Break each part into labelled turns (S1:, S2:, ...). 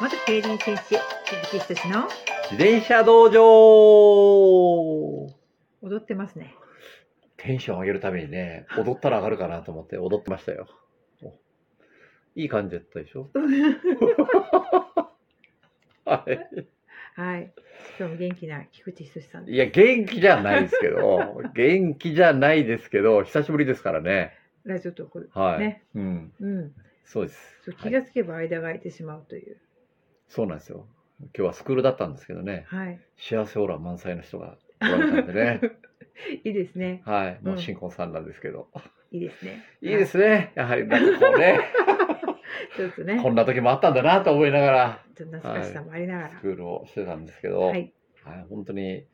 S1: 元競輪選手、鈴木仁の
S2: 自転車道場
S1: 踊ってますね。
S2: テンション上げるためにね、踊ったら上がるかなと思って踊ってましたよ。いい感じだったでしょあれ
S1: はい。今日も元気な菊池仁さん
S2: い
S1: で
S2: や、元気じゃないですけど、元気じゃないですけど、久しぶりですからね。
S1: ラジオとこう
S2: はい。
S1: ね
S2: うん、
S1: うん。
S2: そうです。
S1: そう
S2: は
S1: 気
S2: い
S1: がつけば間が空いてしまうという。
S2: そうなんですよ。今日はスクールだったんですけどね、
S1: はい。
S2: 幸せオーラ満載の人がおられたんでね。
S1: いいですね。
S2: はい、もううん新婚さんなんですけど。
S1: いいですね。
S2: いいですね。やはりなんかこうね、
S1: はい。ちょっとね、
S2: こんな時もあったんだなと思いながら、
S1: ちょっと懐かしさもありなが
S2: ス
S1: ら。
S2: クールをしてたんですけど、
S1: は。
S2: はいい、本当に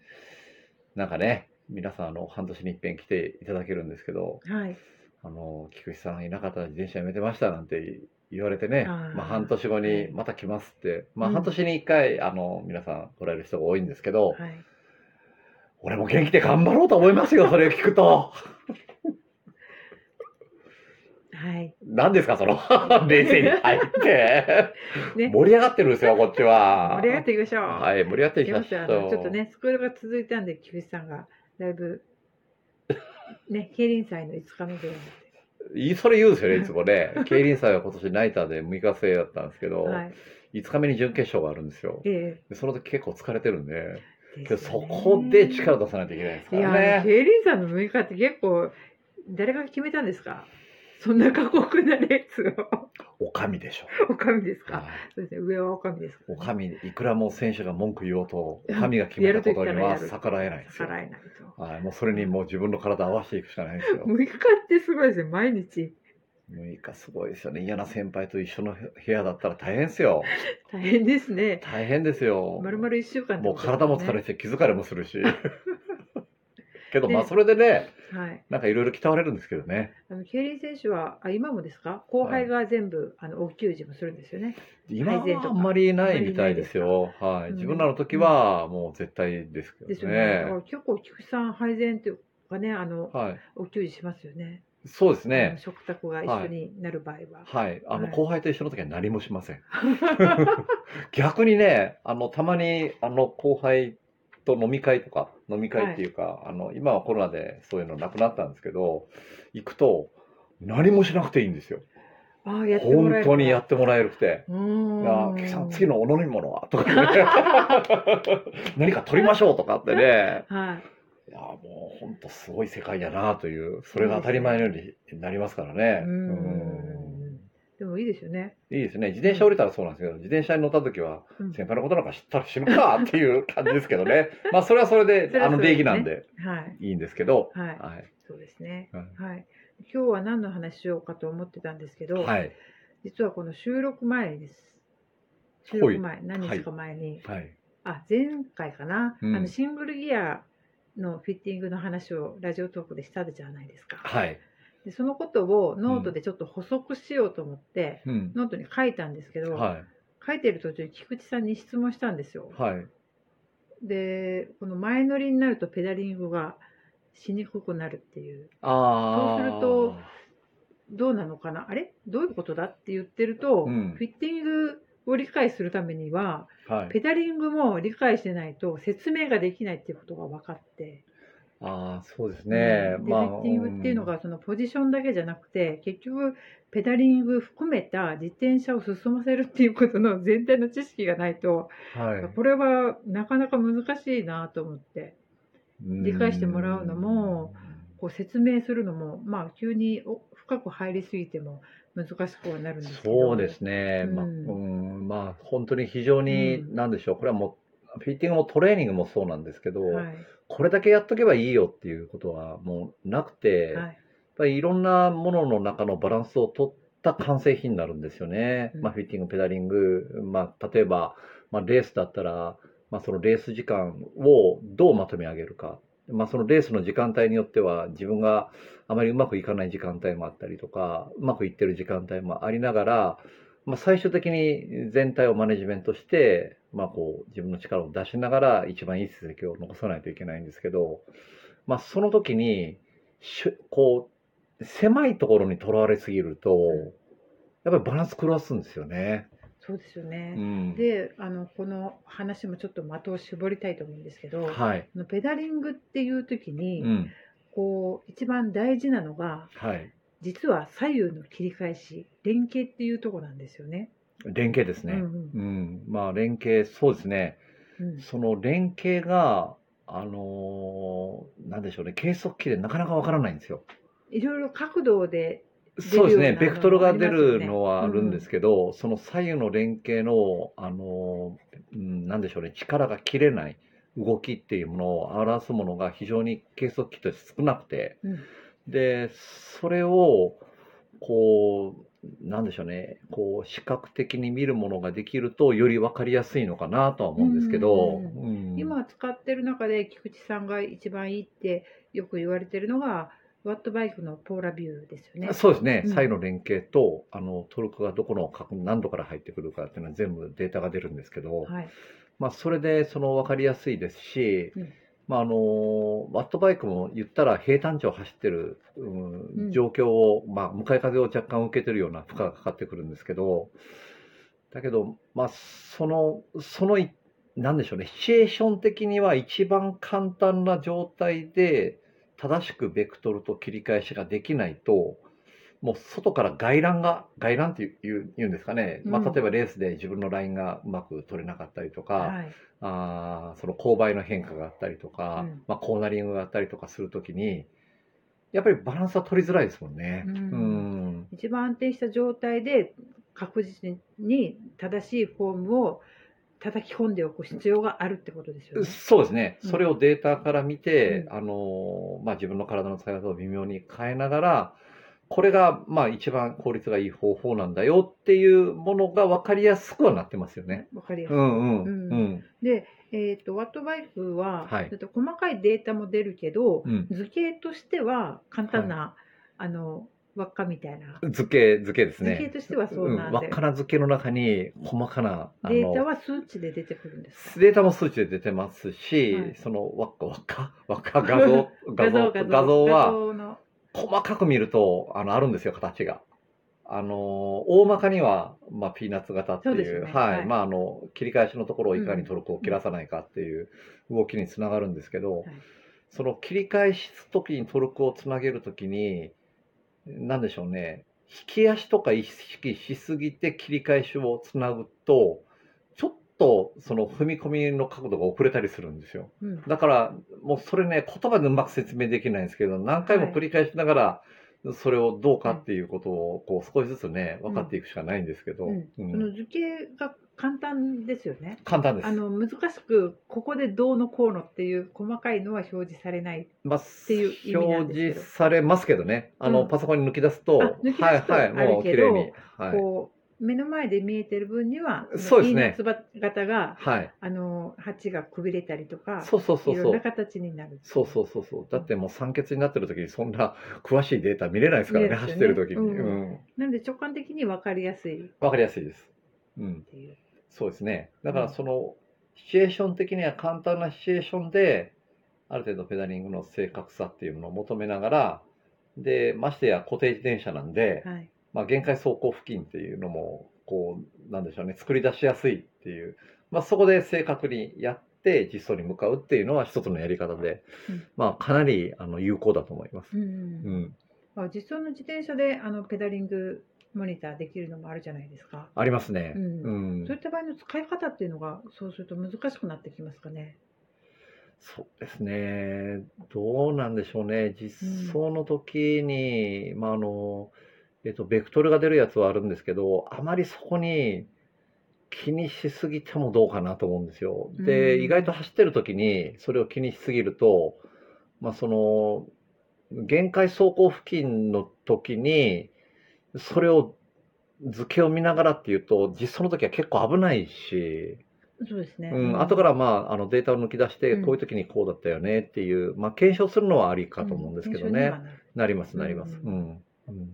S2: なんかね、皆さんあの半年に一遍来ていただけるんですけど、
S1: はい。
S2: あの菊池さんいなかったら自転車やめてましたなんて言われてね、
S1: あー
S2: まあ半年後にまた来ますって、まあ
S1: うん
S2: 半年に一回、あの皆さん来られる人が多いんですけど、
S1: はい。
S2: 俺も元気で頑張ろうと思いますよ。それを聞くと、
S1: はい。
S2: 何ですかその 冷静に入って、
S1: ね
S2: 盛り上がってるんですよこっちは。
S1: 盛り上がっていきましょう。。
S2: はいい盛り上がっていき
S1: き
S2: ま
S1: ま
S2: し
S1: し
S2: ょ
S1: ょ
S2: う
S1: う。あのちょっとね、スクールが続いたんで、菊池さんがだいぶ、ね、競輪祭の5日目ぐらいになっ
S2: いそれ言うんですよね、 いつもね。競輪祭は今年ナイターで6日制だったんですけど、
S1: て。はい。
S2: 5日目に準決勝があるんですよ。
S1: え
S2: でその時結構疲れてるんで、
S1: え
S2: けどそこで力出さないといけないですか
S1: いや、
S2: らね。
S1: 競輪さんの6日って結構、誰が決めたんですかそんな過酷なレースを。
S2: おかみでしょ。
S1: おかみです
S2: は
S1: かそうですね、上はおかみですか
S2: い、
S1: ら
S2: お
S1: ね、
S2: かみ、いくらもう選手が文句言おうと、おかみが決めたことには逆らえないんです
S1: 逆
S2: よ。
S1: らえないと。
S2: はい、もうそれにもう自分の体合わせていくしかないんですよ。
S1: 6日ってすごいですね、毎日。
S2: 6日すごいですよね。嫌な先輩と一緒の部屋だったら大変ですよ。
S1: 大変ですね。
S2: 大変ですよ。
S1: まるまる1週間って
S2: もう
S1: ことですね
S2: 体も疲れて気疲れもする し。けどまあ
S1: ね
S2: それでね、
S1: はい。
S2: なんかいろいろ鍛われるんですけどね。
S1: あの競輪選手はあ今もですか後輩が全部、あの応急時もするんですよね。
S2: 今
S1: 改善
S2: は
S1: と
S2: あ
S1: か
S2: んまりないみたいですよ。は
S1: う
S2: い。
S1: ん
S2: 自分らの時はもう絶対ですけ
S1: です
S2: ど
S1: よね。だ
S2: ね
S1: か。ら結構菊池さん配膳というかねあの、
S2: は
S1: お給仕しますよね。
S2: い。そうです
S1: あの
S2: ね。
S1: 食卓が一緒になる場合は。
S2: はい。あの、
S1: はい
S2: 後輩と一緒の時は何もしません。 逆にね、あの、たまに、あの、後輩と飲み会とか、飲み会っていうか、あの、今はコロナでそういうのなくなったんですけど、行くと、何もしなくていいんですよ。
S1: ああやってもらえ
S2: 本
S1: る
S2: 当にやってもらえるくて。
S1: う
S2: い
S1: ーん。
S2: やー、菊池さん、次のお飲み物はとか ね。何か取りましょうとかって ね。
S1: はい。
S2: いやー、もう本当すごい世界だなという、それが当たり前のようになりますからね。
S1: うん
S2: うん
S1: でもいいですよね。
S2: いいですね。自転車降りたらそうなんですけど、自転車に乗った時は、
S1: うん
S2: 先輩のことなんか知ったら死ぬかっていう感じですけどね。 まあ、それはそれ
S1: それ
S2: で、あ
S1: はそ
S2: の、
S1: れでね
S2: 礼儀なんで
S1: はい。
S2: いいんですけど。
S1: はい。
S2: はい。
S1: そうですね。
S2: うん
S1: はい。今日は何の話しようかと思ってたんですけど、
S2: はい。
S1: 実はこの収録前です。収録前、何日か前に、
S2: はい。
S1: あ、前回かな、
S2: うん
S1: あのシングルギアのフィッティングの話をラジオトークでしたじゃないですか。
S2: はい。
S1: でそのことをノートでちょっと補足しようと思って、
S2: うん。
S1: ノートに書いたんですけど、
S2: は
S1: 書いてる途中に菊池さんに質問したんですよ。
S2: い。はい。
S1: でこの前乗りになるとペダリングがしにくくなるっていう
S2: ああ。
S1: そうすると、どうなのかなあれどういうことだって言ってると、
S2: うん
S1: フィッティングを理解するためには
S2: はい。
S1: ペダリングも理解してないと説明ができないっていうことが分かって、
S2: ああ、そうですね。
S1: うんで
S2: まあ、
S1: フィッティングっていうの
S2: ん、
S1: がそのポジションだけじゃなくて結局ペダリング含めた自転車を進ませるっていうことの全体の知識がないと、
S2: はい、
S1: これはなかなか難しいなと思って。理解してもらうのもこう説明するのも、まあ、急にお深く入りすぎても難しくはなるん
S2: うん。
S1: ですけど
S2: そうですね。まあ、
S1: う
S2: うんん、まあ、本当に非常に
S1: う、
S2: なんでしょう。これはもう、フィッティングもトレーニングもそうなんですけど、
S1: はい
S2: これだけやっとけばいいよっていうことはもうなくて、
S1: は
S2: やっ
S1: い
S2: ぱりいろんなものの中のバランスを取った完成品になるんですよね。
S1: うん
S2: まあ、フィッティング、ペダリング、まあ、例えば、まあ、レースだったら、まあ、そのレース時間をどうまとめ上げるか。まあ、そのレースの時間帯によっては自分があまりうまくいかない時間帯もあったりとかうまくいってる時間帯もありながら、まあ、最終的に全体をマネジメントして、まあ、こう自分の力を出しながら一番いい成績を残さないといけないんですけど、まあ、その時にしゅこう狭いところにとらわれすぎるとやっぱりバランス狂わすんですよね。
S1: そうですよ
S2: う
S1: ね。
S2: ん、
S1: であのこの話もちょっと的を絞りたいと思うんですけど、あ
S2: はい、
S1: のペダリングっていう時に、
S2: うん、
S1: こう一番大事なのが
S2: はい、
S1: 実は左右の切り返し連携っていうところなんですよね。
S2: 連携ですね。
S1: う
S2: うんんまあ連携そうですね
S1: うんうん
S2: その連携があのーなんでしょうね計測器でなかなかわからないんですよ。
S1: いろいろ角度で、
S2: そうですね
S1: 出るようなのが
S2: ベクトルが出るのは
S1: あ
S2: あ
S1: りますよね
S2: るんですけど、その左右の連携の、あのーうん、なんでしょうね力が切れない動きっていうものを表すものが非常に計測器として少なくて、
S1: うん
S2: でそれをこうなんでしょうねこう視覚的に見るものができるとより分かりやすいのかなとは思うんですけど、
S1: うんう
S2: うん
S1: 今使ってる中で菊池さんが一番いいってよく言われてるのがワットバイクのポーラビューですよね。
S2: そうですね、
S1: うん
S2: 左右の連携とあのトルクがどこの角何度から入ってくるかっていうのは全部データが出るんですけど、
S1: はい、
S2: まあ、それでその分かりやすいですし、
S1: うん
S2: まあ、あのワットバイクも言ったら平坦地を走ってる、うん
S1: うん
S2: 状況を、まあ、向かい風を若干受けてるような負荷がかかってくるんですけどだけど、まあ、そのそのいなんでしょうねシチュエーション的には一番簡単な状態で正しくベクトルと切り返しができないと。もう外から外乱が外乱っていう言うんですかね、まあ、
S1: うん
S2: 例えばレースで自分のラインがうまく取れなかったりとか、
S1: はい
S2: あーその勾配の変化があったりと
S1: う
S2: か、
S1: ん
S2: まあ、コーナリングがあったりとかするときにやっぱりバランスは取りづらいですもんね。
S1: う
S2: うんん
S1: 一番安定した状態で確実に正しいフォームを叩き込んでおく必要があるってことですよね。
S2: そうですね、
S1: うん
S2: それをデータから見て、
S1: う
S2: あのーまあ、自分の体の使い方を微妙に変えながらこれがまあ一番効率がいい方法なんだよっていうものが分かりやすくはなってますよね。
S1: わかりやす
S2: う
S1: い。
S2: んうん
S1: うん
S2: うん
S1: で、えっとワットバイクは、
S2: はい
S1: ちょっと細かいデータも出るけど、
S2: うん
S1: 図形としては簡単な、あの輪っかみたいな
S2: 図形図形です
S1: 図形
S2: ね。
S1: としてはそううんなん
S2: 輪
S1: で
S2: っ、かな図形の中に細かなあの
S1: データは数値で出てくるんですか
S2: データも数値で出てますし、
S1: はい
S2: その輪っか輪っか輪っか 画像画像画像
S1: 画
S2: は
S1: 像の
S2: 細かく見るとあのあるんですよ形が。あの大まかには、まあ、ピーナッツ型って
S1: そうです
S2: い
S1: よ
S2: う
S1: ね
S2: はい
S1: はい
S2: まあ、あの切り返しのところをいか
S1: うん
S2: にトルクを切らさないかっていう動きにつながるんですけど、
S1: い
S2: その切り返し時にトルクをつなげる時に何でしょうね引き足とか意識しすぎて切り返しをつなぐとちょっとその踏み込みの角度が遅れたりするんですよ。
S1: うん
S2: だからもうそれね言葉でうまく説明できないんですけど何回も繰り返しながら、それをどうかっていうことをこう少しずつね分かっていくしかないんですけど、
S1: うん
S2: うん
S1: その図形が簡単ですよね。
S2: 簡単です
S1: あ。の難しくここでどうのこうのっていう細かいのは表示されない。
S2: まあ、
S1: ていう意味なんですけど
S2: 表示されますけどねあの、
S1: うん
S2: パソコンに抜き出すと
S1: あ抜き出すと
S2: はいはいも
S1: ある
S2: う
S1: け
S2: 綺
S1: ど
S2: 麗に、はい
S1: こう目の前で見えてる分には、
S2: そうですね
S1: ピーナッツ型が
S2: はい、
S1: あの鉢がくびれたりとか、
S2: そうそうそう
S1: い
S2: そ
S1: ろん
S2: う
S1: な形になる。
S2: そうそうそうそうだってもう酸欠になってる時にそんな詳しいデータ見れないですからね
S1: 見れない
S2: 走
S1: で
S2: っ
S1: す
S2: て
S1: よね
S2: る時に、
S1: う
S2: うんん
S1: なんで直感的に分かりやすいっ
S2: わかりやすいです、うん、
S1: ていう。
S2: そうですねだからそのシチュエーション的には簡単なシチュエーションである程度ペダリングの正確さっていうものを求めながらでましてや固定自転車なんで、
S1: はい。
S2: まあ、限界走行付近っていうのもこうなんでしょうね作り出しやすいっていう、まあ、そこで正確にやって実装に向かうっていうのは一つのやり方で、
S1: うん
S2: まあ、かなりあの有効だと思いま
S1: う
S2: す。
S1: ん
S2: う。ん、
S1: あ実装の自転車であのペダリングモニターできるのもあるじゃないですか。
S2: ありますね。
S1: う
S2: うんん
S1: そういった場合の使い方っていうのがそうすると難しくなってきますかね。
S2: そうですねどうなんでしょうね実装の時に、まああのえっと、ベクトルが出るやつはあるんですけどあまりそこに気にしすぎてもどうかなと思うんですよ。で、
S1: うん
S2: 意外と走ってる時にそれを気にしすぎると、まあ、その限界走行付近の時にそれを図形を見ながらっていうと実装の時は結構危ないし。
S1: そうですね。
S2: うん、後から、まあ、あのデータを抜き出して、
S1: うん
S2: こういう時にこうだったよねっていう、まあ、検証するのはありかと思うんですけどね、
S1: うん。
S2: なりますなります、
S1: う
S2: うんうん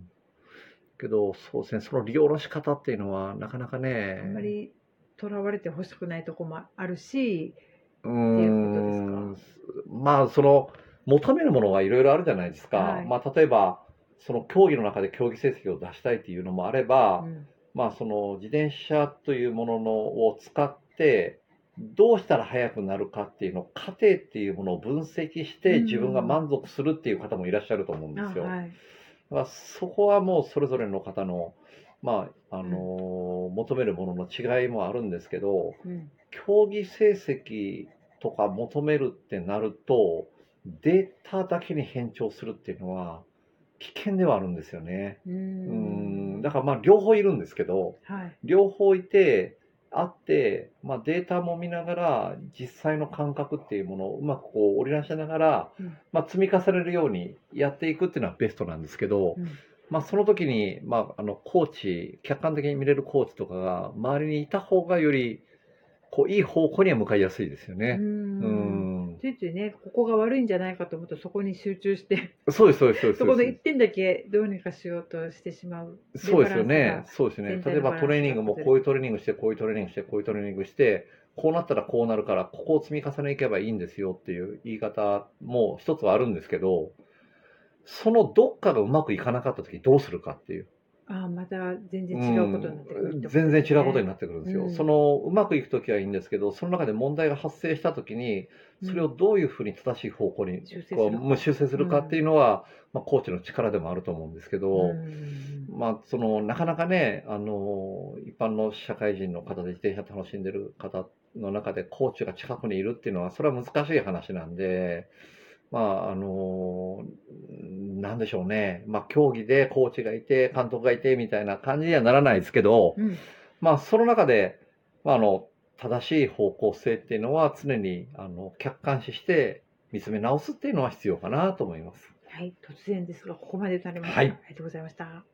S2: けどそうですねその利用の仕方っていうのはなかなかね
S1: あんまりとらわれてほしくないとこもあるし、
S2: うー
S1: いうこと
S2: んまあその求めるものはいろいろあるじゃないですか、
S1: はい
S2: まあ、例えばその競技の中で競技成績を出したいっていうのもあれば、
S1: うん
S2: まあ、その自転車というもののを使ってどうしたら速くなるかっていうのを過程っていうものを分析して
S1: うん
S2: 自分が満足するっていう方もいらっしゃると思うん
S1: あ
S2: ですよ。
S1: はい
S2: まあ、そこはもうそれぞれの方の、まああのー求めるものの違いもあるんですけど
S1: うん
S2: 競技成績とか求めるってなるとデータだけに偏重するっていうのは危険ではあるんですよね。
S1: う
S2: うんんだからまあ両方いるんですけど
S1: はい
S2: 両方いてあって、まあ、データも見ながら実際の感覚っていうものをうまくこう織り出しながら、
S1: うん
S2: まあ、積み重ねるようにやっていくっていうのはベストなんですけど、
S1: うん
S2: まあ、その時に、まあ、あのコーチ客観的に見れるコーチとかが周りにいた方がよりこういい方向には向かいやすいですよ
S1: う
S2: ね。うん
S1: んついついねここが悪いんじゃないかと思うとそこに集中して
S2: そうですそうですそうです
S1: そこの1点だけどうにかしようとしてしまう
S2: そうですよ
S1: レバラ
S2: ね
S1: ンス。
S2: そうですね
S1: 全。体の
S2: 例え
S1: バラ
S2: ば
S1: ンスが
S2: トレーニングも
S1: 崩れる
S2: こういうトレーニングして、こういうトレーニングして、こういうトレーニングして、こうなったらこうなるから、ここを積み重ねていけばいいんですよっていう言い方も一つはあるんですけど、そのどっかがうまくいかなかった時どうするかっていう。
S1: がああまた全然違うことになってくるって
S2: う
S1: こ
S2: ん
S1: と
S2: 全然違うことに
S1: な
S2: なってくるんですよ。
S1: うん
S2: そのうまくいく時はいいんですけど、その中で問題が発生した時に、それをどういうふうに正しい方向に
S1: 修正する
S2: こうもう修正するかっていうのは、まあコーチの力でもあると思うんですけど、まあ、そのなかなかねあの一般の社会人の方で自転車楽しんでる方の中でコーチが近くにいるっていうのはそれは難しい話なんで、まあ、あのなんでしょうね、まあ、競技でコーチがいて監督がいてみたいな感じにはならないですけど、
S1: うん
S2: まあ、その中で、まあ、あの正しい方向性っていうのは常にあの客観視して見つめ直すっていうのは必要かなと思います。
S1: はい突然ですがここまでとなりました、
S2: はい
S1: ありがとうございました